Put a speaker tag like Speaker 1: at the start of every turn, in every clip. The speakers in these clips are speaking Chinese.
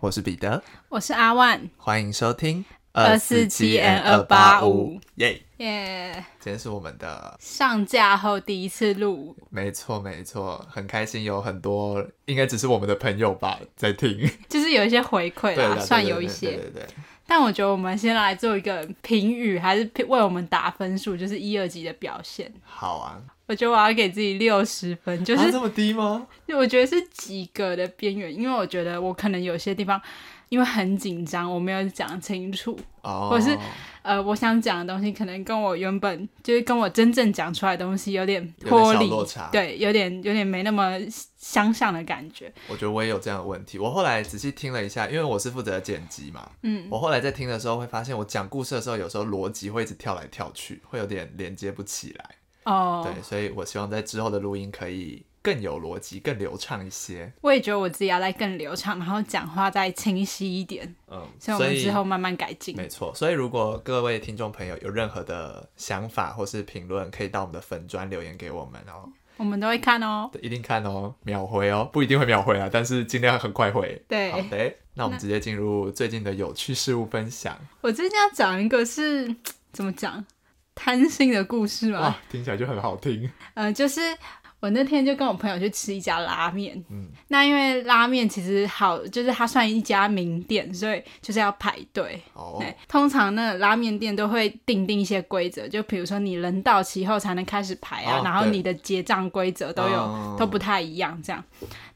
Speaker 1: 我是彼得，
Speaker 2: 我是阿万，
Speaker 1: 欢迎收听
Speaker 2: 247 and 285
Speaker 1: 耶！
Speaker 2: 耶、
Speaker 1: 今天是我们的，
Speaker 2: 上架后第一次录，
Speaker 1: 没错没错，很开心，有很多应该只是我们的朋友吧在听，
Speaker 2: 就是有一些回馈
Speaker 1: 对啦
Speaker 2: 啦，
Speaker 1: 对
Speaker 2: 啊算
Speaker 1: 对
Speaker 2: 有一
Speaker 1: 对
Speaker 2: 些。
Speaker 1: 对对对，
Speaker 2: 但我觉得我们先来做一个评语，还是为我们打分数，就是一二级的表现。
Speaker 1: 好啊，
Speaker 2: 我觉得我要给自己六十分，就是
Speaker 1: 啊这么低吗？
Speaker 2: 我觉得是及格的边缘，因为我觉得我可能有些地方因为很紧张，我没有讲清楚，
Speaker 1: 哦，
Speaker 2: 或是呃，我想讲的东西可能跟我原本就是跟我真正讲出来的东西有点
Speaker 1: 点
Speaker 2: 脱
Speaker 1: 小
Speaker 2: 离
Speaker 1: 落差，
Speaker 2: 对，有点有点没那么相像的感觉。
Speaker 1: 我觉得我也有这样的问题。我后来仔细听了一下，因为我是负责剪辑嘛，
Speaker 2: 嗯，
Speaker 1: 我后来在听的时候会发现，我讲故事的时候有时候逻辑会一直跳来跳去，会有点连接不起来。
Speaker 2: 哦，
Speaker 1: 对，所以我希望在之后的录音可以更有逻辑、更流畅一些。
Speaker 2: 我也觉得我自己要再更流畅，然后讲话再清晰一点，
Speaker 1: 嗯，
Speaker 2: 所以我们之后慢慢改进。
Speaker 1: 没错。所以如果各位听众朋友有任何的想法或是评论，可以到我们的粉砖留言给我们哦，
Speaker 2: 我们都会看哦。
Speaker 1: 一定看哦，秒回哦，不一定会秒回啊，但是尽量很快回。好
Speaker 2: 对
Speaker 1: 的，那我们直接进入最近的有趣事物分享。
Speaker 2: 我最近要讲一个是怎么讲贪心的故事嘛
Speaker 1: 哇，，听起来就很好听。
Speaker 2: 呃，就是我那天就跟我朋友去吃一家拉面，
Speaker 1: 嗯
Speaker 2: 那因为拉面其实好，就是它算一家名店，所以就是要排队。
Speaker 1: 哦，
Speaker 2: 对，通常那个拉面店都会定定一些规则，就比如说你人到齐后才能开始排啊，
Speaker 1: 哦
Speaker 2: 然后
Speaker 1: 对
Speaker 2: 你的结账规则都有、
Speaker 1: 哦
Speaker 2: 都不太一样这样。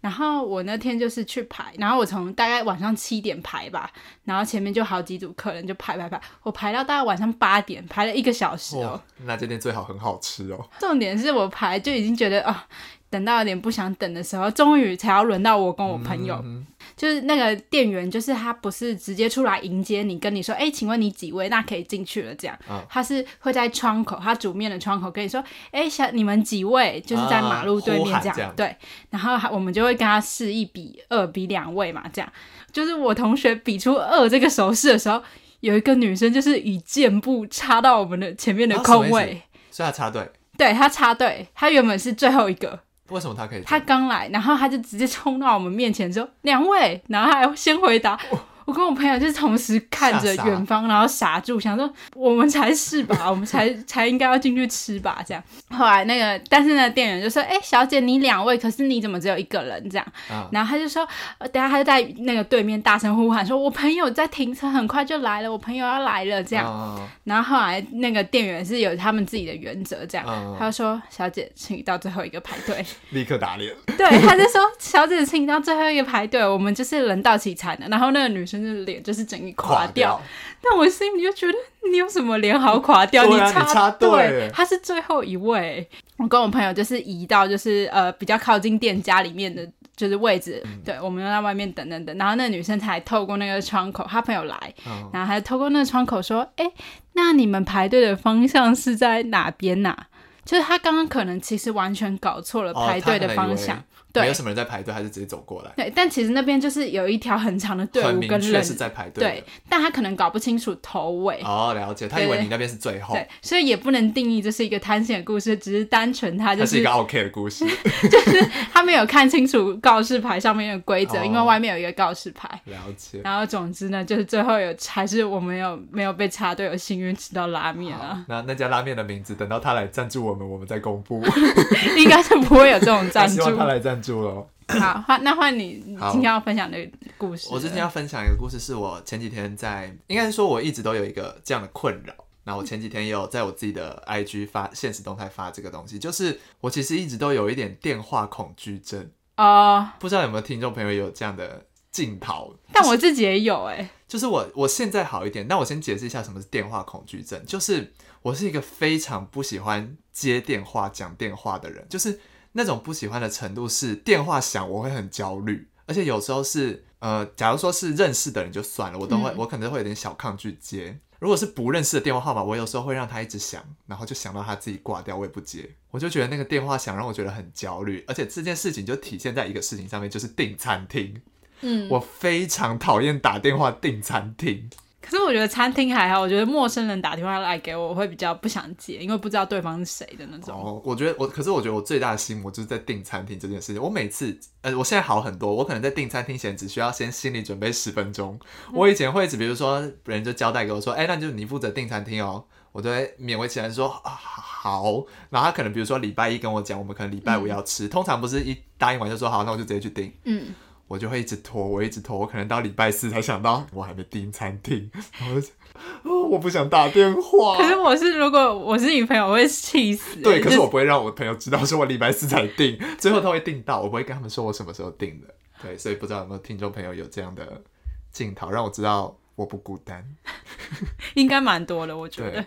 Speaker 2: 然后我那天就是去排，然后我从大概晚上七点排吧，然后前面就好几组客人就排排排，我排到大概晚上八点，排了一个小时哦
Speaker 1: 哦，那这店最好很好吃哦。
Speaker 2: 重点是我排就已经觉得啊、等到有点不想等的时候，终于才要轮到我跟我朋友，
Speaker 1: 嗯
Speaker 2: 就是那个店员，就是他不是直接出来迎接你，跟你说，哎、请问你几位？那可以进去了这样。
Speaker 1: 嗯
Speaker 2: 他是会在窗口，他煮面的窗口跟你说，哎、小你们几位？就是在马路对面
Speaker 1: 啊
Speaker 2: 这样。
Speaker 1: 呼喊这样
Speaker 2: 对，然后他我们就会跟他示意比二比两位嘛，这样。就是我同学比出二这个手势的时候，有一个女生就是以箭步插到我们的前面的
Speaker 1: 啊什么
Speaker 2: 空
Speaker 1: 意思
Speaker 2: 位。
Speaker 1: 所以他插队，
Speaker 2: 对他插队，他原本是最后一个，
Speaker 1: 为什么他可以这
Speaker 2: 他
Speaker 1: 样？
Speaker 2: 刚来，然后他就直接冲到我们面前说：“两位。”然后他还先回答。我跟我朋友就是同时看着
Speaker 1: 吓傻
Speaker 2: 远方，然后傻住，想说我们才是吧，我们才才应该要进去吃吧，这样。后来那个，但是呢，店员就说：“哎、小姐，你两位，可是你怎么只有一个人？”这样，
Speaker 1: 啊
Speaker 2: 然后他就说：“呃等下他就在那个对面大声呼喊说，我朋友在停车，很快就来了，我朋友要来了。”这样，
Speaker 1: 嗯
Speaker 2: 然后后来那个店员是有他们自己的原则，这样。
Speaker 1: 嗯
Speaker 2: 他就说：“小姐，请到最后一个排队。
Speaker 1: 立刻打脸。”
Speaker 2: 对，他就说：“小姐，请到最后一个排队，我们就是人到齐才能。”然后那个女生的脸就是整个垮掉。，但我心里就觉得，你有什么脸好垮掉？
Speaker 1: 对啊你
Speaker 2: 插
Speaker 1: 插队
Speaker 2: 队，他是最后一位。我跟我朋友就是移到就是呃比较靠近店家里面的就是位置，
Speaker 1: 嗯
Speaker 2: 对，我们就在外面等等等。然后那个女生才透过那个窗口，她朋友来，
Speaker 1: 嗯
Speaker 2: 然后还透过那个窗口说：“哎、那你们排队的方向是在哪边呐、就是他刚刚可能其实完全搞错了
Speaker 1: 哦
Speaker 2: 排队的
Speaker 1: 他可能
Speaker 2: 方向，，
Speaker 1: 以为没
Speaker 2: 对
Speaker 1: 有什么人在排队，他就直接走过来，
Speaker 2: 对，但其实那边就是有一条很长的队
Speaker 1: 很
Speaker 2: 伍
Speaker 1: 明
Speaker 2: 跟
Speaker 1: 确
Speaker 2: 人，
Speaker 1: 是在排队
Speaker 2: 对
Speaker 1: 的。，
Speaker 2: 但他可能搞不清楚头尾，
Speaker 1: 哦，了解，他以为你那边是最后，
Speaker 2: 对，所以也不能定义这是一个贪心的故事，只是单纯他就
Speaker 1: 它是一
Speaker 2: 是
Speaker 1: 个 OK 的 故事。
Speaker 2: 他没有看清楚告示牌上面的规则，
Speaker 1: 哦
Speaker 2: 因为外面有一个告示牌。
Speaker 1: 了解。
Speaker 2: 然后总之呢，就是最后有还是我们有没有被插队，有幸运吃到拉面啊
Speaker 1: 好，那那家拉面的名字，等到他来赞助我们，我们再公 布。
Speaker 2: 应该是不会有这 种
Speaker 1: 那
Speaker 2: 赞
Speaker 1: 哎希
Speaker 2: 助。
Speaker 1: 望他来赞助喽。
Speaker 2: 好，换那换你
Speaker 1: 好
Speaker 2: 今天要分享的故事了。
Speaker 1: 我之前要分享一个故事，是我前几天在，应该是说我一直都有一个这样的困扰。那我前几天也有在我自己的 IG 发现实动态发这个东西，就是我其实一直都有一点电话恐惧症，
Speaker 2: 哦，
Speaker 1: 不知道有没有听众朋友有这样的镜头？
Speaker 2: 但我自己也有哎、
Speaker 1: 就是我我现在好一点，那我先解释一下什么是电话恐惧症。就是我是一个非常不喜欢接电话、讲电话的人，就是那种不喜欢的程度是电话响我会很焦虑，而且有时候是呃，假如说是认识的人就算了，我都会、
Speaker 2: 嗯
Speaker 1: 我可能会有点小抗拒接。如果是不认识的电话号码，我有时候会让他一直响，然后就响到他自己挂掉，我也不接。我就觉得那个电话响让我觉得很焦虑，而且这件事情就体现在一个事情上面，就是订餐厅。
Speaker 2: 嗯，
Speaker 1: 我非常讨厌打电话订餐厅。
Speaker 2: 可是我觉得餐厅还好，我觉得陌生人打电话来给我，我会比较不想接，因为不知道对方是谁的那种。
Speaker 1: 哦，我觉得我，可是我觉得我最大的心魔就是在订餐厅这件事情。我每次，呃，我现在好很多，我可能在订餐厅前只需要先心理准备十分钟。我以前会只比如说人就交代给我说，哎、那就是你负责订餐厅哦，我都会勉为其难说啊好。然后他可能比如说礼拜一跟我讲，我们可能礼拜五要吃，通常不是一答应完就说好，那我就直接去订。
Speaker 2: 嗯，
Speaker 1: 我就会一直拖，我一直拖，我可能到礼拜四才想到我还没订餐厅，然后就、哦、我不想打电话。
Speaker 2: 可是我是如果 我是女朋友，我会气死、
Speaker 1: 对，
Speaker 2: 欸
Speaker 1: 可是
Speaker 2: 就
Speaker 1: 我不会让我朋友知道是我礼拜四才订， 最后他会订到，我不会跟他们说我什么时候订的。对，所以不知道有没有听众朋友有这样的镜头，让我知道我不孤单。
Speaker 2: 应该蛮多的，我觉
Speaker 1: 对
Speaker 2: 得。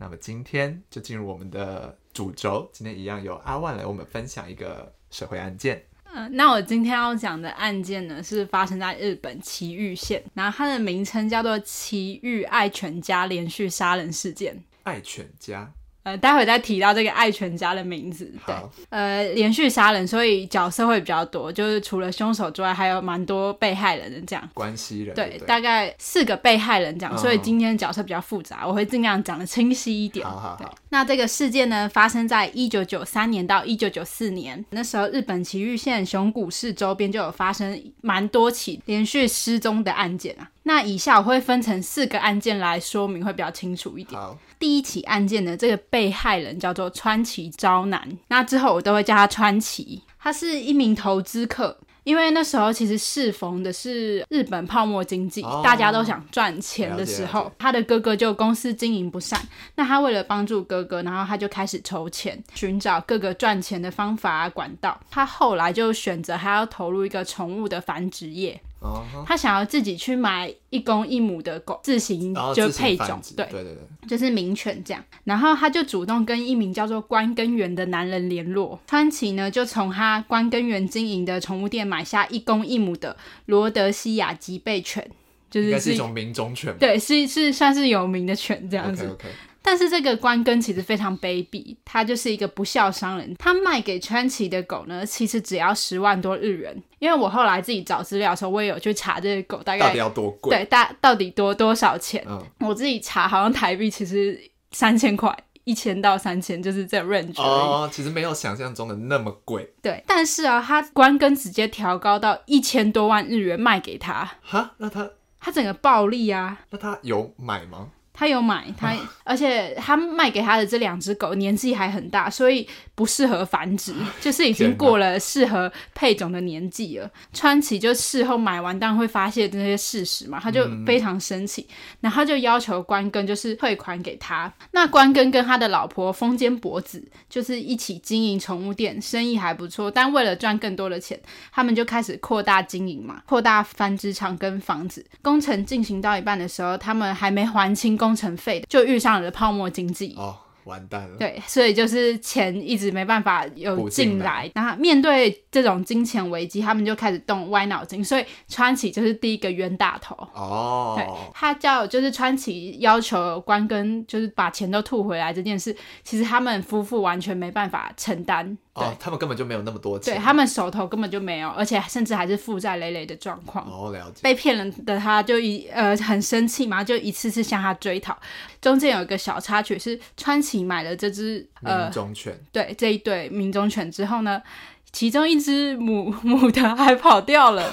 Speaker 1: 那么今天就进入我们的主轴，今天一样由阿万来为我们分享一个社会案件。
Speaker 2: 嗯、那我今天要讲的案件呢，是发生在日本崎玉县，然后它的名称叫做崎玉爱犬家连续杀人事件。
Speaker 1: 爱犬家，
Speaker 2: 呃，待会再提到这个爱犬家的名字。对，
Speaker 1: 好，
Speaker 2: 呃，连续杀人，所以角色会比较多，就是除了凶手之外，还有蛮多被害人的这样。
Speaker 1: 关西人，对
Speaker 2: 对，
Speaker 1: 不对，
Speaker 2: 大概四个被害人这样，
Speaker 1: 嗯
Speaker 2: 所以今天的角色比较复杂，我会尽量讲的清晰一点。
Speaker 1: 好好
Speaker 2: 对
Speaker 1: 好，
Speaker 2: 那这个事件呢，发生在一九九三年到一九九四年，那时候日本崎玉县熊谷市周边就有发生蛮多起连续失踪的案件啊。那以下我会分成四个案件来说明，会比较清楚一点。
Speaker 1: 好，
Speaker 2: 第一起案件的这个被害人叫做川崎昭男，那之后我都会叫他川崎。他是一名投资客，因为那时候其实适逢的是日本泡沫经济，
Speaker 1: 哦
Speaker 2: 大家都想赚钱的时
Speaker 1: 了解了
Speaker 2: 候，他的哥哥就公司经营不善，那他为了帮助哥哥，然后他就开始筹钱，寻找各个赚钱的方法啊、管道。他后来就选择他要投入一个宠物的繁殖业，
Speaker 1: 哦吼，
Speaker 2: 他想要自己去买一公一母的狗，自行
Speaker 1: 然后
Speaker 2: 就
Speaker 1: 哦自行
Speaker 2: 配
Speaker 1: 繁
Speaker 2: 种
Speaker 1: 殖，
Speaker 2: 对。
Speaker 1: 对对对，
Speaker 2: 就是名犬这样。然后他就主动跟一名叫做关根源的男人联络，川崎呢就从他关根源经营的宠物店买下一公一母的罗德西亚吉贝犬，就
Speaker 1: 应
Speaker 2: 是
Speaker 1: 该是一种名种犬吧，
Speaker 2: 对，是是算是有名的犬这样子。
Speaker 1: ，OK OK，
Speaker 2: 但是这个关根其实非常卑鄙，他就是一个不孝商人。他卖给川崎的狗呢，其实只要十万多日元。因为我后来自己找资料的时候，我也有去查这个狗大
Speaker 1: 到底
Speaker 2: 概
Speaker 1: 要多贵？
Speaker 2: 对大到底多多少钱。
Speaker 1: 嗯，
Speaker 2: 我自己查，好像台币其实三千块，一千到三千就是这 range 而已。
Speaker 1: 哦，其实没有想象中的那么贵，
Speaker 2: 对，但是啊，他官根直接调高到一千多万日元卖给他，
Speaker 1: 哈，那他
Speaker 2: 他整个暴利啊。
Speaker 1: 那他有买吗？
Speaker 2: 他有买，他
Speaker 1: 啊
Speaker 2: 而且他卖给他的这两只狗年纪还很大，所以不适合繁殖，就是已经
Speaker 1: 啊天哪
Speaker 2: 过了适合配种的年纪了。川崎就事后买完，当然会发现这些事实嘛，他就
Speaker 1: 嗯
Speaker 2: 非常生气，然后他就要求关根就是退款给他。那关根跟他的老婆风间博子就是一起经营宠物店，生意还不错，但为了赚更多的钱，他们就开始扩大经营嘛，扩大繁殖场跟房子。工程进行到一半的时候，他们还没还清工程费，就遇上了泡沫经济。
Speaker 1: 哦，完蛋了，
Speaker 2: 对，所以就是钱一直没办法有
Speaker 1: 补进
Speaker 2: 进来，然后面对这种金钱危机，他们就开始动歪脑筋，所以川崎就是第一个冤大头。对
Speaker 1: 哦，
Speaker 2: 他叫就是川崎要求关根就是把钱都吐回来这件事，其实他们夫妇完全没办法承担。对、
Speaker 1: 哦，他们根本就没有那么多钱，
Speaker 2: 对，他们手头根本就没有，而且甚至还是负债累累的状况。
Speaker 1: 哦，了解，
Speaker 2: 被骗了的他就一呃很生气嘛，就一次次向他追讨。中间有一个小插曲是川崎买了这只呃
Speaker 1: 名种犬，
Speaker 2: 对这一对民种犬之后呢，其中一只母 母的还跑掉了。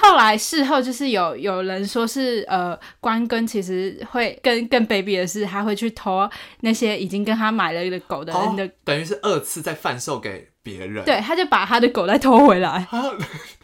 Speaker 2: 后来事后就是有有人说是呃关根其实会更更卑鄙的是，他会去偷那些已经跟他买了的狗的人的，
Speaker 1: 哦，等于是二次再贩售给别人，
Speaker 2: 对，他就把他的狗再偷回来。
Speaker 1: 啊，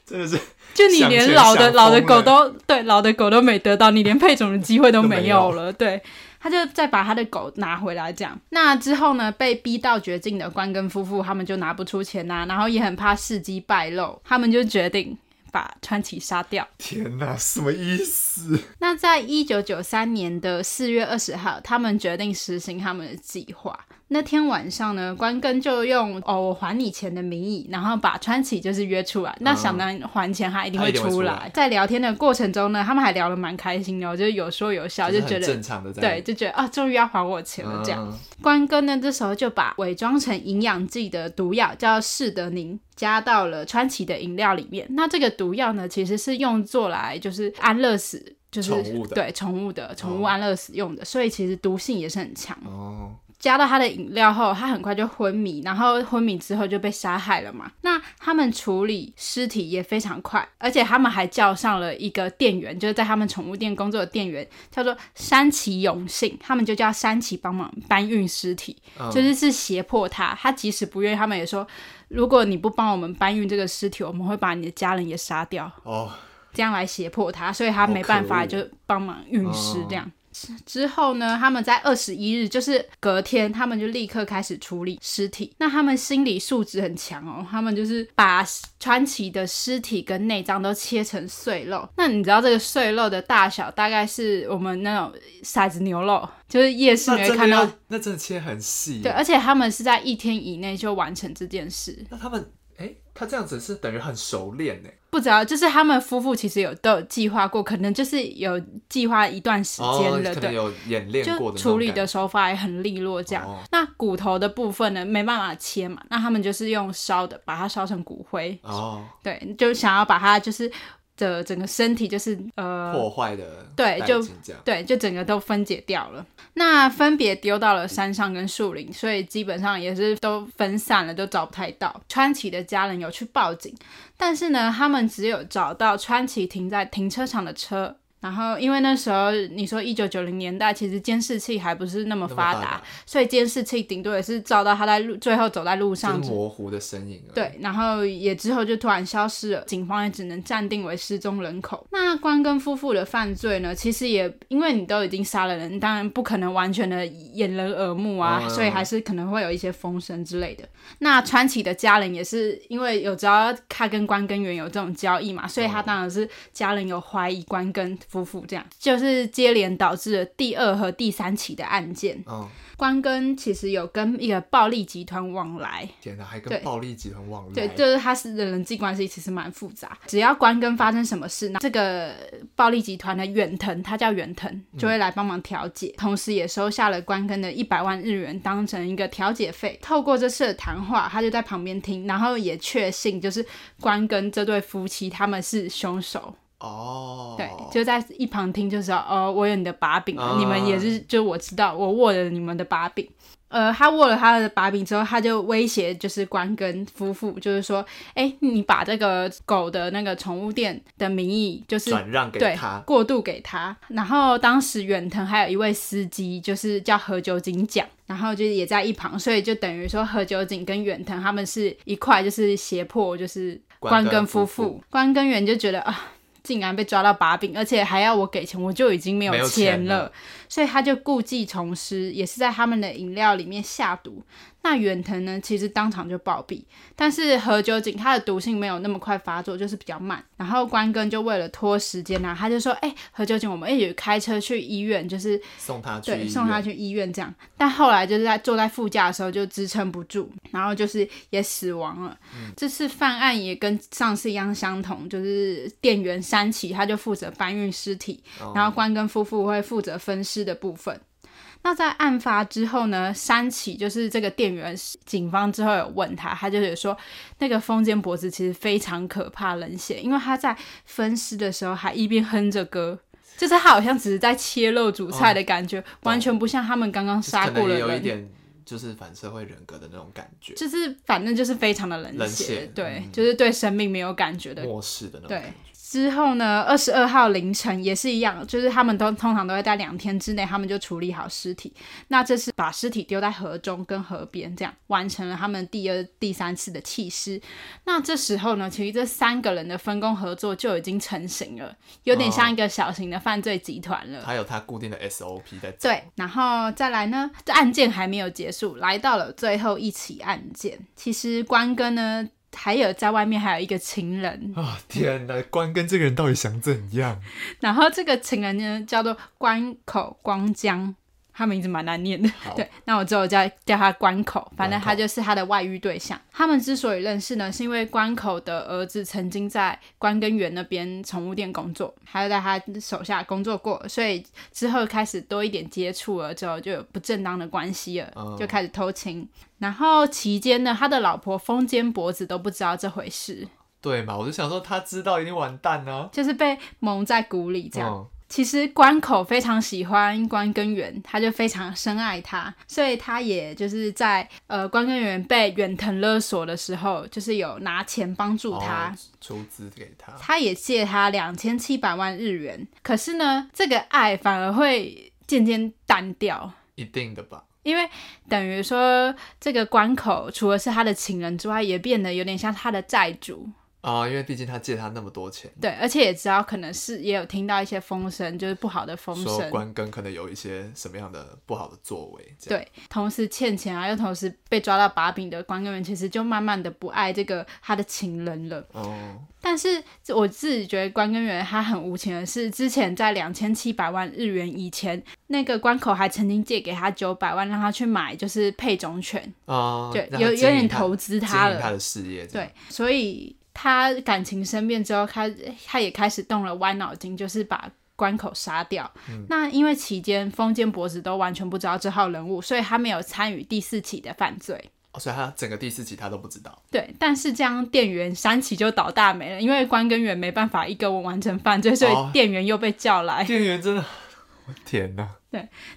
Speaker 1: 真的是
Speaker 2: 就你连老
Speaker 1: 想钱想疯了
Speaker 2: 的老的狗都对老的狗都没得到，你连配种的机会都没有了。对，他就再把他的狗拿回来，这样。那之后呢，被逼到绝境的关根夫妇，他们就拿不出钱呐、然后也很怕事机败露，他们就决定把川崎杀掉。
Speaker 1: 天哪，什么意思？
Speaker 2: 那在一九九三年的四月二十号，他们决定实行他们的计划。那天晚上呢，关根就用“哦，我还你钱”的名义，然后把川崎就是约出来。那想当然还钱，嗯他一定
Speaker 1: 他
Speaker 2: 会
Speaker 1: 一定会
Speaker 2: 出
Speaker 1: 出
Speaker 2: 来
Speaker 1: 来。
Speaker 2: 在聊天的过程中呢，他们还聊得蛮开心的哦、就是有说有笑，就
Speaker 1: 就是
Speaker 2: 觉
Speaker 1: 很
Speaker 2: 得
Speaker 1: 正常的在
Speaker 2: 对，就觉得啊，终于要还我钱了这样。
Speaker 1: 嗯
Speaker 2: 关哥呢，这时候就把伪装成营养剂的毒药叫士德宁加到了川崎的饮料里面。那这个毒药呢，其实是用作来就是安乐死，就是
Speaker 1: 宠物的
Speaker 2: 对宠物的宠物
Speaker 1: 哦
Speaker 2: 安乐死用的，所以其实毒性也是很强。
Speaker 1: 哦，
Speaker 2: 加到他的饮料后，他很快就昏迷，然后昏迷之后就被杀害了嘛。那他们处理尸体也非常快，而且他们还叫上了一个店员，就是在他们宠物店工作的店员，叫做山崎永信，他们就叫山崎帮忙搬运尸体，
Speaker 1: 嗯
Speaker 2: 就是是胁迫他，他即使不愿意，他们也说，如果你不帮我们搬运这个尸体，我们会把你的家人也杀掉。
Speaker 1: 哦，
Speaker 2: 这样来胁迫他，所以他没办法就帮忙运尸这
Speaker 1: 哦
Speaker 2: 样。之之后呢，他们在二十一日，就是隔天，他们就立刻开始处理尸体。那他们心理素质很强哦，他们就是把川崎的尸体跟内脏都切成碎肉。那你知道这个碎肉的大小大概是我们那种骰子牛肉，就是夜市
Speaker 1: 那
Speaker 2: 你会
Speaker 1: 真的
Speaker 2: 看到
Speaker 1: 要，那真的切很细，
Speaker 2: 对，而且他们是在一天以内就完成这件事。
Speaker 1: 那他们，哎、他这样子是等于很熟练呢。
Speaker 2: 不知道，就是他们夫妇其实有都有计划过，可能就是有计划一段时间
Speaker 1: 哦
Speaker 2: 了，，
Speaker 1: 可能
Speaker 2: 对，
Speaker 1: 有演练过的那
Speaker 2: 就
Speaker 1: 种
Speaker 2: 处理
Speaker 1: 感
Speaker 2: 的
Speaker 1: 觉
Speaker 2: 手法也很利落，这样。
Speaker 1: 哦
Speaker 2: 那骨头的部分呢，没办法切嘛，那他们就是用烧的，把它烧成骨灰，
Speaker 1: 哦，
Speaker 2: 对，就想要把它就是的整个身体就是呃
Speaker 1: 破坏的
Speaker 2: 对
Speaker 1: 殆
Speaker 2: 就
Speaker 1: 尽这样
Speaker 2: 对，就整个都分解掉了。那分别丢到了山上跟树林，所以基本上也是都分散了，都找不太到。川崎的家人有去报警，但是呢，他们只有找到川崎停在停车场的车。然后，因为那时候你说一九九零年代，其实监视器还不是那么
Speaker 1: 那么
Speaker 2: 发达，
Speaker 1: 发达
Speaker 2: 所以监视器顶多也是照到他在路最后走在路上
Speaker 1: 就是模糊的身影而已。
Speaker 2: 对，然后也之后就突然消失了，警方也只能暂定为失踪人口。那关根夫妇的犯罪呢？其实也因为你都已经杀了人，当然不可能完全的掩人耳目啊，
Speaker 1: 嗯
Speaker 2: 所以还是可能会有一些风声之类的。那川崎的家人也是因为有知道他跟关根源有这种交易嘛，所以他当然是家人有怀疑关根夫妇这样，就是接连导致了第二和第三起的案件。
Speaker 1: 嗯，
Speaker 2: 关根其实有跟一个暴力集团往来，
Speaker 1: 天哪，还
Speaker 2: 对
Speaker 1: 跟暴力集团往来。
Speaker 2: 对，就是他是的人际关系其实蛮复杂。只要关根发生什么事，那这个暴力集团的远藤，他叫远藤，就会来帮忙调解，同时也收下了关根的一百万日元当成一个调解费。透过这次的谈话，他就在旁边听，然后也确信就是关根这对夫妻他们是凶手。
Speaker 1: 哦，啊
Speaker 2: 对，就在一旁听就知道，哦，我有你的把柄了，你们也是，就我知道，我握了你们的把柄。呃，他握了他的把柄之后，他就威胁就是关根夫妇，就是说，哎，你把这个狗的那个宠物店的名义，就是
Speaker 1: 转让给
Speaker 2: 对
Speaker 1: 他。
Speaker 2: 过渡给他。然后当时远藤还有一位司机，就是叫何九井奖，然后就是也在一旁，所以就等于说何九井跟远藤他们是一块，就是胁迫，就是关
Speaker 1: 关
Speaker 2: 根
Speaker 1: 根
Speaker 2: 夫
Speaker 1: 夫
Speaker 2: 妇
Speaker 1: 妇。
Speaker 2: 关根源就觉得啊。竟然被抓到把柄，而且还要我给钱，我就已经没有
Speaker 1: 没有
Speaker 2: 钱
Speaker 1: 钱
Speaker 2: 了
Speaker 1: 了，
Speaker 2: 所以他就故技重施，也是在他们的饮料里面下毒。那远藤呢，其实当场就暴毙，但是何酒井它的毒性没有那么快发作，就是比较慢。然后关根就为了拖时间呢、啊，他就说：“哎、何酒井，我们一起开车去医院，就是
Speaker 1: 送他去医
Speaker 2: 对
Speaker 1: 院，
Speaker 2: 送他去医院这样。”但后来就是在坐在副驾的时候就支撑不住，然后就是也死亡了。
Speaker 1: 嗯
Speaker 2: 这次犯案也跟上次一样相同，就是店员山崎他就负责搬运尸体，
Speaker 1: 哦
Speaker 2: 然后关根夫妇会负责分尸的部分。那在案发之后呢，山崎就是这个店员，警方之后有问他，他就是说那个风间博子其实非常可怕冷血，因为他在分尸的时候还一边哼着歌。就是他好像只是在切肉煮菜的感觉，完全不像他们刚刚
Speaker 1: 就是
Speaker 2: 杀
Speaker 1: 哦可能
Speaker 2: 过的
Speaker 1: 也有一
Speaker 2: 人，
Speaker 1: 点就是反社会人格的那种感觉，
Speaker 2: 就是反正就是非常的冷
Speaker 1: 冷血
Speaker 2: 对，
Speaker 1: 嗯
Speaker 2: 就是对生命没有感觉的
Speaker 1: 漠视的那种
Speaker 2: 对
Speaker 1: 感觉。，
Speaker 2: 之后呢，二十二号凌晨也是一样，就是他们都通常都会在两天之内，他们就处理好尸体。那这是把尸体丢在河中跟河边，这样完成了他们第二、第三次的弃尸。那这时候呢，其实这三个人的分工合作就已经成型了，有点像一个小型的犯罪集团了。
Speaker 1: 还有他固定的 SOP 在走
Speaker 2: 对，然后再来呢，这案件还没有结束，来到了最后一起案件。其实关哥呢，还有在外面还有一个情人，
Speaker 1: 啊、天哪，关根这个人到底想怎样？
Speaker 2: 然后这个情人呢叫做关口光江，他名字蛮难念的
Speaker 1: 好。
Speaker 2: 对，那我之后叫叫他关口，反正
Speaker 1: 关口
Speaker 2: 他就是他的外遇对象。他们之所以认识呢，是因为关口的儿子曾经在关根源那边宠物店工作，还有在他手下工作过，所以之后开始多一点接触了，之后就有不正当的关系了，
Speaker 1: 哦
Speaker 2: 就开始偷情。然后期间呢，他的老婆风间脖子都不知道这回事，
Speaker 1: 对嘛？我就想说他知道一定完蛋呢、
Speaker 2: 就是被蒙在鼓里这样。
Speaker 1: 嗯
Speaker 2: 其实关口非常喜欢关根源，他就非常深爱他，所以他也就是在呃关根源被远藤勒索的时候，就是有拿钱帮助他。
Speaker 1: 哦出资给他，
Speaker 2: 他也借他两千七百万日元，可是呢，这个爱反而会渐渐淡掉，
Speaker 1: 一定的吧？
Speaker 2: 因为等于说这个关口除了是他的情人之外，也变得有点像他的债主。
Speaker 1: 啊、因为毕竟他借他那么多钱，
Speaker 2: 对，而且也知道可能是也有听到一些风声，就是不好的风声，
Speaker 1: 说关根可能有一些什么样的不好的作为，这样
Speaker 2: 对，同时欠钱啊，又同时被抓到把柄的关根源，其实就慢慢的不爱这个他的情人了。
Speaker 1: 哦，
Speaker 2: 但是我自己觉得关根源他很无情的是，之前在两千七百万日元以前，那个关口还曾经借给他九百万，让他去买就是配种犬，
Speaker 1: 啊、
Speaker 2: 对，
Speaker 1: 让他
Speaker 2: 有有
Speaker 1: 经营
Speaker 2: 点
Speaker 1: 他
Speaker 2: 投资
Speaker 1: 经营
Speaker 2: 了，
Speaker 1: 他的事业，这样
Speaker 2: 对，，所以他感情生变之后，他他也开始动了歪脑筋，就是把关口杀掉。
Speaker 1: 嗯
Speaker 2: 那因为期间封建博子都完全不知道这号人物，所以他没有参与第四起的犯罪。
Speaker 1: 哦，所以他整个第四集他都不知道，
Speaker 2: 对，但是这样店员三起就倒大霉了，因为关根源没办法一个人完成犯罪，所
Speaker 1: 哦
Speaker 2: 以 店员又被叫来。
Speaker 1: 店员真的， 我天哪，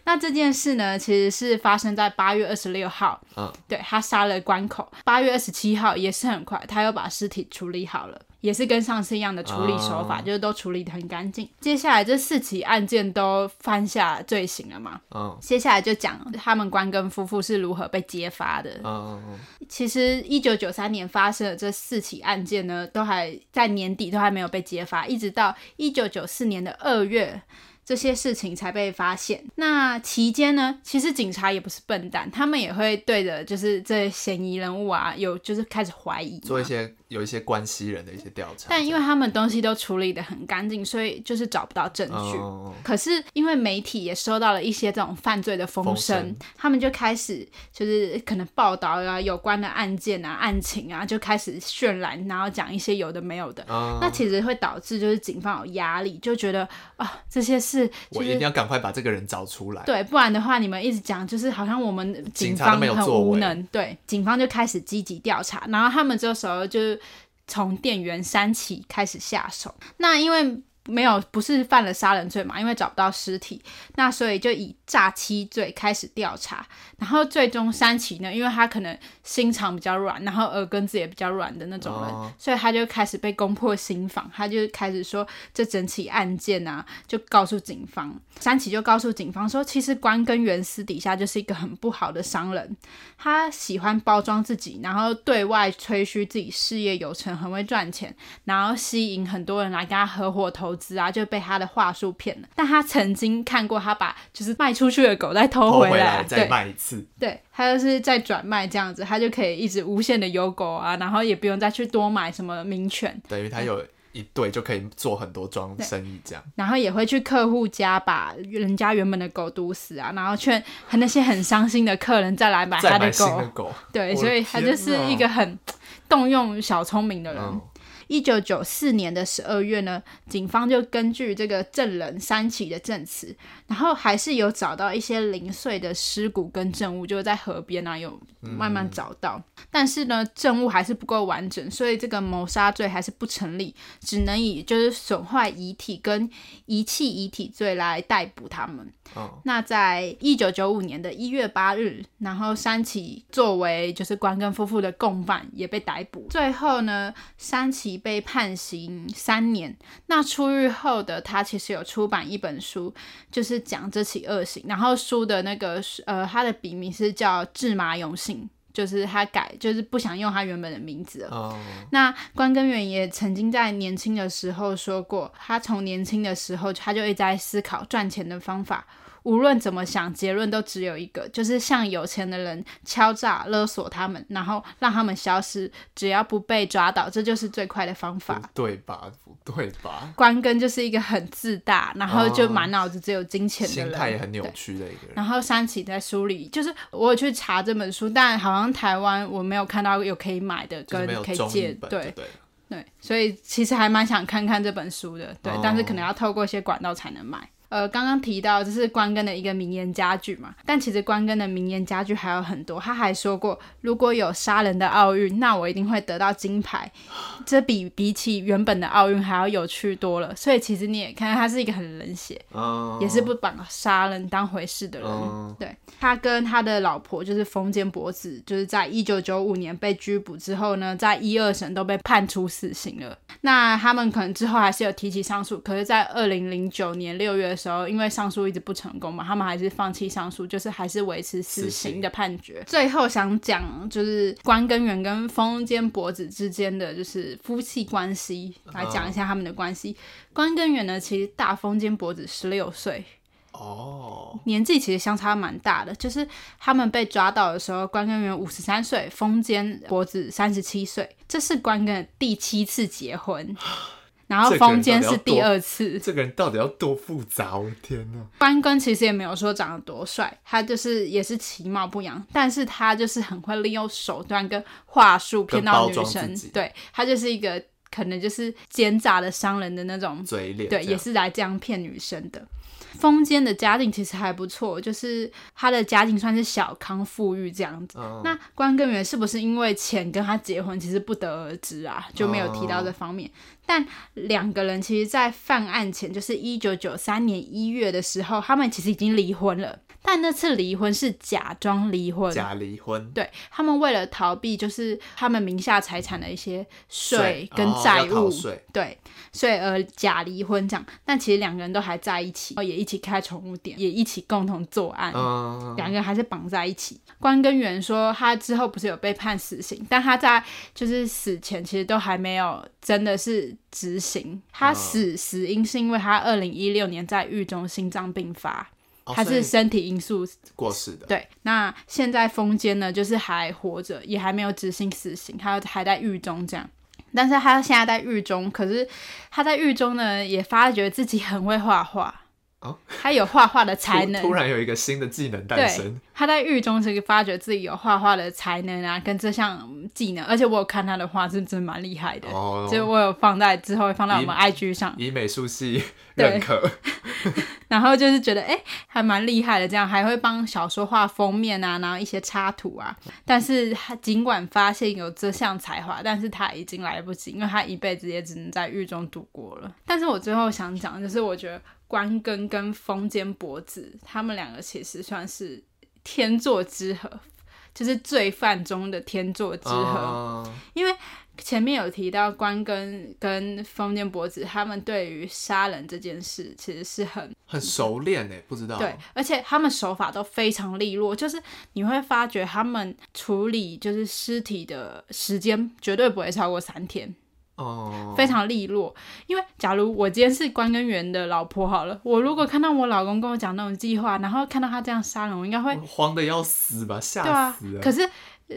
Speaker 2: 那这件事呢，其实是发生在八月二十六号，
Speaker 1: 嗯，
Speaker 2: 对他杀了关口。八月二十七号也是很快，他又把尸体处理好了，也是跟上次一样的处理手法，
Speaker 1: 哦
Speaker 2: 就是都处理得很干净。接下来这四起案件都犯下罪行了嘛？
Speaker 1: 嗯
Speaker 2: 接下来就讲他们关根夫妇是如何被揭发的。
Speaker 1: 嗯嗯
Speaker 2: 其实，一九九三年发生的这四起案件呢，都还在年底都还没有被揭发，一直到一九九四年的二月，这些事情才被发现。那期间呢，其实警察也不是笨蛋，他们也会对着就是这些嫌疑人物啊，有就是开始怀疑嘛，
Speaker 1: 做一些有一些关系人的一些调查，
Speaker 2: 但因
Speaker 1: 为
Speaker 2: 为他们东西都处理得很干净，所以就是找不到证据。
Speaker 1: 嗯
Speaker 2: 可是因为媒体也收到了一些这种犯罪的风声，
Speaker 1: 风声
Speaker 2: 他们就开始就是可能报道啊有关的案件啊、案情啊，就开始渲染，然后讲一些有的没有的。
Speaker 1: 嗯
Speaker 2: 那其实会导致就是警方有压力，就觉得啊这些事就
Speaker 1: 我一
Speaker 2: 是
Speaker 1: 定要赶快把这个人找出来，
Speaker 2: 对，不然的话，你们一直讲，就是好像我们
Speaker 1: 警察
Speaker 2: 方
Speaker 1: 都没有
Speaker 2: 很
Speaker 1: 作
Speaker 2: 无
Speaker 1: 为
Speaker 2: 能。对，警方就开始积极调查，然后他们这时候就是从店员三起开始下手。那因为没有不是犯了杀人罪嘛，因为找不到尸体，那所以就以诈欺罪开始调查。然后最终三起呢，因为他可能心肠比较软，然后耳根子也比较软的那种人，
Speaker 1: 哦
Speaker 2: 所以他就开始被攻破心房，他就开始说这整起案件啊，就告诉警方，三崎就告诉警方说，其实关根源私底下就是一个很不好的商人，他喜欢包装自己，然后对外吹嘘自己事业有成，很会赚钱，然后吸引很多人来跟他合伙投资啊，就被他的话术骗了。但他曾经看过他把就是卖出去的狗再偷
Speaker 1: 偷
Speaker 2: 回
Speaker 1: 来
Speaker 2: 对
Speaker 1: 再，卖一次，
Speaker 2: 对，他就是在转卖这样子，他就可以一直无限的有狗啊，然后也不用再去多买什么名犬，
Speaker 1: 等于他有一对就可以做很多桩生意这样。
Speaker 2: 然后也会去客户家把人家原本的狗毒死啊，然后劝那些很伤心的客人再来买
Speaker 1: 再
Speaker 2: 他
Speaker 1: 买
Speaker 2: 的
Speaker 1: 新
Speaker 2: 狗。
Speaker 1: 的狗，
Speaker 2: 对，
Speaker 1: 我的
Speaker 2: 所以他
Speaker 1: 天
Speaker 2: 就是
Speaker 1: 哪
Speaker 2: 一个很动用小聪明的人。
Speaker 1: 嗯，
Speaker 2: 一九九四年的十二月呢，警方就根据这个证人三起的证词，然后还是有找到一些零碎的尸骨跟证物，就是在河边啊有
Speaker 1: 嗯
Speaker 2: 慢慢找到，但是呢，证物还是不够完整，所以这个谋杀罪还是不成立，只能以就是损坏遗体跟遗弃遗体罪来逮捕他们。
Speaker 1: 嗯
Speaker 2: 那在一九九五年的一月八日，然后山崎作为就是关根夫妇的共犯也被逮捕。最后呢，山崎被判刑三年。那出狱后的他其实有出版一本书，就是讲这起恶行。然后书的那个呃，他的笔名是叫志麻永信，就是他改，就是不想用他原本的名字了。
Speaker 1: 嗯，
Speaker 2: 那关根源也曾经在年轻的时候说过，他从年轻的时候他就一直在思考赚钱的方法。无论怎么想，结论都只有一个，就是向有钱的人敲诈勒索他们，然后让他们消失，只要不被抓到，这就是最快的方法。
Speaker 1: 不对吧？不对吧？
Speaker 2: 关根就是一个很自大，然后就满脑子只有金钱的
Speaker 1: 心
Speaker 2: 人，
Speaker 1: 态也很扭
Speaker 2: 对
Speaker 1: 曲的一个人。
Speaker 2: 然后山崎在书里，就是我有去查这本书，但好像台湾我没有看到有可以买的
Speaker 1: 就是
Speaker 2: 跟
Speaker 1: 没有
Speaker 2: 可以
Speaker 1: 中
Speaker 2: 借，
Speaker 1: 译本，
Speaker 2: 对
Speaker 1: 对了，
Speaker 2: 对，所以其实还蛮想看看这本书的，对，
Speaker 1: 哦
Speaker 2: 但是可能要透过一些管道才能买。呃，刚刚提到这是关根的一个名言佳句嘛，但其实关根的名言佳句还有很多。他还说过，如果有杀人的奥运，那我一定会得到金牌。这比比起原本的奥运还要有趣多了。所以其实你也看，他是一个很冷血，
Speaker 1: 嗯，
Speaker 2: 也是不把杀人当回事的人。
Speaker 1: 嗯
Speaker 2: 对他跟他的老婆就是风间博子，就是在一九九五年被拘捕之后呢，在一二审都被判处死刑了。那他们可能之后还是有提起上诉，可是，在二零零九年六月的时候，因为上诉一直不成功嘛，他们还是放弃上诉，就是还是维持死
Speaker 1: 死
Speaker 2: 刑
Speaker 1: 刑
Speaker 2: 的判决。最后想讲就是关根源跟风间博子之间的就是夫妻关系，来讲一下他们的关系。关根源呢，其实大风间博子十六岁，
Speaker 1: 哦，
Speaker 2: 年纪其实相差蛮大的，就是他们被抓到的时候，关根源五十三岁，风间博子三十七岁，这是关根的第七次结婚， 然后
Speaker 1: 这个人
Speaker 2: 风间
Speaker 1: 到底
Speaker 2: 是
Speaker 1: 要
Speaker 2: 第
Speaker 1: 多
Speaker 2: 二次。
Speaker 1: 这个人到底要多复杂？我的天哪！
Speaker 2: 关根其实也没有说长得多帅，他就是也是其貌不扬，但是他就是很会利用手段跟话术骗到
Speaker 1: 跟包
Speaker 2: 女
Speaker 1: 装自
Speaker 2: 生
Speaker 1: 己，
Speaker 2: 对他就是一个可能就是奸诈的商人的那种
Speaker 1: 嘴脸
Speaker 2: 对，
Speaker 1: 这
Speaker 2: 也
Speaker 1: 样
Speaker 2: 是来这样骗女生的。风间的家境其实还不错，就是他的家境算是小康富裕这样子。
Speaker 1: 嗯
Speaker 2: 那关根源是不是因为钱跟他结婚，其实不得而知啊，就没有提
Speaker 1: 嗯
Speaker 2: 到这方面。但两个人其实，在犯案前，就是一九九三年一月的时候，他们其实已经离婚了，但那次离婚是假装离婚，
Speaker 1: 假离婚
Speaker 2: 对他们为了逃避，就是他们名下财产的一些税跟
Speaker 1: 哦
Speaker 2: 债
Speaker 1: 要逃
Speaker 2: 务，
Speaker 1: 税
Speaker 2: 对，所以呃假离婚这样，但其实两个人都还在一起，也一起开宠物店，也一起共同作案，
Speaker 1: 嗯，
Speaker 2: 两个人还是绑在一起。关根源说，他之后不是有被判死刑，但他在就是死前其实都还没有真的是执行。他
Speaker 1: 嗯
Speaker 2: 死、死因是因为他二零一六年在狱中心脏病发，
Speaker 1: 哦
Speaker 2: 他
Speaker 1: 所
Speaker 2: 是
Speaker 1: 以
Speaker 2: 身体因素
Speaker 1: 过世的，
Speaker 2: 对，那现在风间呢，就是还活着，也还没有执行死刑，他还在狱中这样。但是他现在在狱中，可是他在狱中呢，也发觉自己很会画画，
Speaker 1: 哦、
Speaker 2: 他有画画 的
Speaker 1: 突
Speaker 2: 才能
Speaker 1: 突。然有一个新的技能诞
Speaker 2: 对
Speaker 1: 生，，
Speaker 2: 他在狱中是发觉自己有画画的才能啊，跟这项技能，而且我有看他的画，是真的蛮厉害的。
Speaker 1: 哦
Speaker 2: 就我有放在之后会放到我们 IG 上，
Speaker 1: 以美术系
Speaker 2: 对
Speaker 1: 认可，
Speaker 2: 然后就是觉得哎、诶还蛮厉害的，这样还会帮小说画封面啊，然后一些插图啊。但是他尽管发现有这项才华，但是他已经来不及，因为他一辈子也只能在狱中度过了。但是我最后想讲，就是我觉得关根跟风间博子他们两个其实算是天作之合，就是罪犯中的天作之合。
Speaker 1: 嗯
Speaker 2: 因为前面有提到关根跟风间博子，他们对于杀人这件事其实是很
Speaker 1: 很熟练欸诶，不知道
Speaker 2: 对，而且他们手法都非常利落，就是你会发觉他们处理就是尸体的时间绝对不会超过三天，
Speaker 1: 哦，
Speaker 2: 非常利落。因为假如我今天是关根源的老婆好了，我如果看到我老公跟我讲那种计划，然后看到他这样杀人，我应该会
Speaker 1: 我慌的要死吧，
Speaker 2: 对
Speaker 1: 吓
Speaker 2: 啊
Speaker 1: 死。了，
Speaker 2: 可是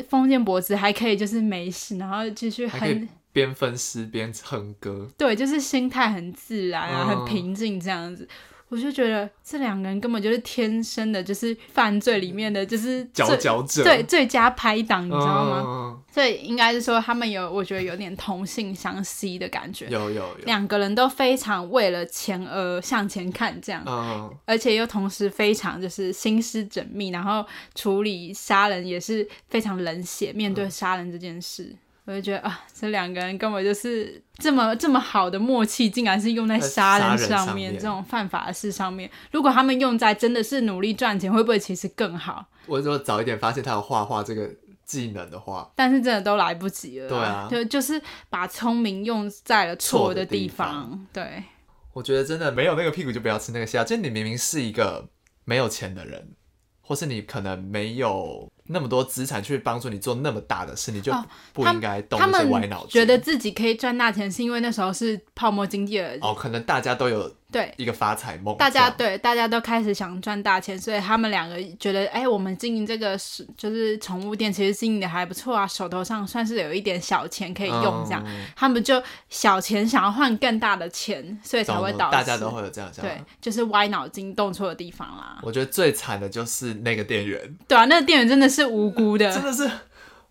Speaker 2: 封建博子还可以就是没事，然后继续
Speaker 1: 还可
Speaker 2: 很
Speaker 1: 以边分尸边哼歌，
Speaker 2: 对，就是心态很自然啊，
Speaker 1: 嗯
Speaker 2: 很平静这样子。我就觉得这两个人根本就是天生的，就是犯罪里面的，就是
Speaker 1: 佼
Speaker 2: 最
Speaker 1: 佼者，哦嗯
Speaker 2: 对，最佳拍档，你
Speaker 1: 你
Speaker 2: 知道吗？
Speaker 1: 吗？
Speaker 2: 所以应该是说他们有，我觉得有点同性相吸的感觉，
Speaker 1: 有有有，
Speaker 2: 两个人都非常为了钱而向前看，这样，
Speaker 1: 嗯，
Speaker 2: 而且又同时非常就是心思缜密，然后处理杀人也是非常冷血，面
Speaker 1: 哦
Speaker 2: 对杀人这件事。我就觉得啊，这两个人根本就是这么这么好的默契，竟然是用在
Speaker 1: 在
Speaker 2: 杀
Speaker 1: 杀
Speaker 2: 人
Speaker 1: 人
Speaker 2: 上
Speaker 1: 上
Speaker 2: 面
Speaker 1: 面
Speaker 2: 这种犯法的事上面。如果他们用在真的是努力赚钱，会不会其实更好？
Speaker 1: 我如果早一点发现他有画画这个技能的话，
Speaker 2: 但是真的都来不及了。
Speaker 1: 对啊
Speaker 2: 就就是把聪明用在了错的地
Speaker 1: 错的
Speaker 2: 方。对，
Speaker 1: 我觉得真的没有那个屁股就不要吃那个虾。就你明明是一个没有钱的人，或是你可能没有那么多资产去帮助你做那么大的事，你就
Speaker 2: 哦
Speaker 1: 不
Speaker 2: 他
Speaker 1: 应该动
Speaker 2: 他
Speaker 1: 这些
Speaker 2: 们
Speaker 1: 歪脑筋。哦
Speaker 2: 觉得自己可以赚大钱，是因为那时候是泡沫经济的
Speaker 1: 哦，可能大家都有
Speaker 2: 对，
Speaker 1: 一个发财梦这
Speaker 2: 大
Speaker 1: 样。
Speaker 2: 家对大家都开始想赚大钱，所以他们两个觉得，哎、我们经营这个是就是宠物店，其实经营的还不错啊，手头上算是有一点小钱可以用，这样、
Speaker 1: 嗯
Speaker 2: 他们就小钱想要换更大的钱，所以才
Speaker 1: 懂
Speaker 2: 会
Speaker 1: 懂
Speaker 2: 导致
Speaker 1: 大家都会有这样想法。
Speaker 2: 对，就是歪脑筋动错的地方啦。
Speaker 1: 我觉得最惨的就是那个店员，
Speaker 2: 对啊，那个店员真的是无辜
Speaker 1: 真
Speaker 2: 的，
Speaker 1: 的是，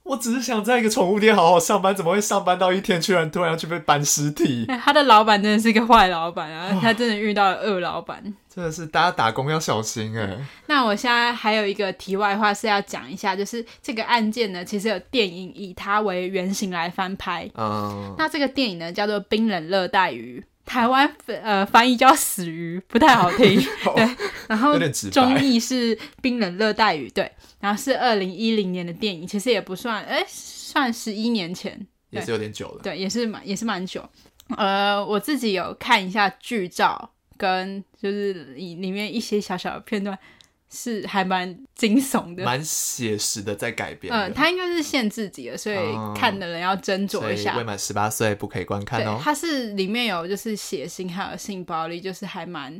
Speaker 1: 我只是想在一个宠物店好好上班，怎么会上班到一天，居然突然要去被搬尸体？
Speaker 2: 哎他的老板真的是个坏老板啊，他真的遇到了恶老板。
Speaker 1: 真的是，大家打工要小心哎、
Speaker 2: 那我现在还有一个题外话是要讲一下，就是这个案件呢，其实有电影以它为原型来翻拍。
Speaker 1: 嗯，
Speaker 2: 那这个电影呢叫做《冰冷热带鱼》，台湾呃翻译叫死鱼，不太好 听。对，然后
Speaker 1: 有点直白
Speaker 2: 中译是《冰冷热带鱼》，对，然后是二零一零年的电影，其实也不算，哎，算十一年前，
Speaker 1: 也是有点久了。
Speaker 2: 对，也是蛮也是蛮久。呃，我自己有看一下剧照，跟就是里里面一些小小的片段，是还蛮惊悚的。
Speaker 1: 蛮写实的，在改编的。
Speaker 2: 嗯，它应该是限制级的，所以
Speaker 1: 哦
Speaker 2: 看的人要斟
Speaker 1: 所
Speaker 2: 酌一
Speaker 1: 以
Speaker 2: 下。
Speaker 1: 未满十八岁不可以观看
Speaker 2: 对，
Speaker 1: 哦。
Speaker 2: 它是里面有就是血腥还有性暴力，就是还蛮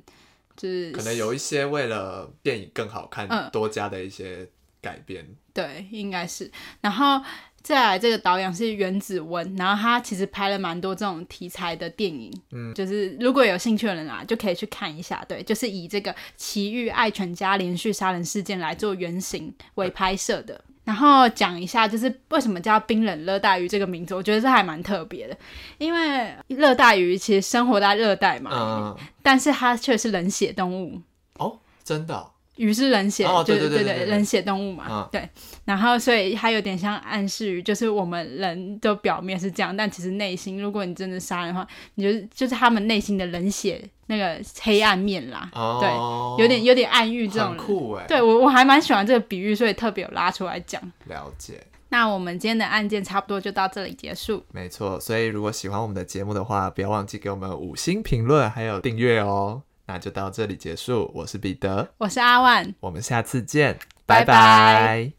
Speaker 2: 就是
Speaker 1: 可能有一些为了电影更好看，
Speaker 2: 嗯
Speaker 1: 多加的一些改编。
Speaker 2: 对，应该是。然后再来这个导演是原子温，然后他其实拍了蛮多这种题材的电影，嗯，就是如果有兴趣的人啊，就可以去看一下。对，就是以这个奇遇爱犬家连续杀人事件来做原型为拍摄的。然后讲一下，就是为什么叫冰冷热带鱼这个名字，我觉得这还蛮特别的，因为热带鱼其实生活在热带嘛，
Speaker 1: 嗯，
Speaker 2: 但是它却是冷血动物，
Speaker 1: 哦，真的哦、
Speaker 2: 鱼是冷血，
Speaker 1: 哦
Speaker 2: 就
Speaker 1: 对对
Speaker 2: 对
Speaker 1: 对对对
Speaker 2: 冷血动物嘛，
Speaker 1: 嗯
Speaker 2: 对。然后所以它有点像暗示于，就是我们人的表面是这样，但其实内心，如果你真的杀人的话，你就是就是他们内心的冷血那个黑暗面啦，
Speaker 1: 哦，
Speaker 2: 有点有点暗喻这种
Speaker 1: 很
Speaker 2: 人。
Speaker 1: 酷哎。
Speaker 2: 对我我还蛮喜欢这个比喻，所以特别有拉出来讲。
Speaker 1: 了解，
Speaker 2: 那我们今天的案件差不多就到这里结束。
Speaker 1: 没错。所以如果喜欢我们的节目的话，不要忘记给我们五星评论还有订阅哦。那就到这里结束，我是彼得，
Speaker 2: 我是阿万，
Speaker 1: 我们下次见，拜
Speaker 2: 拜拜
Speaker 1: 拜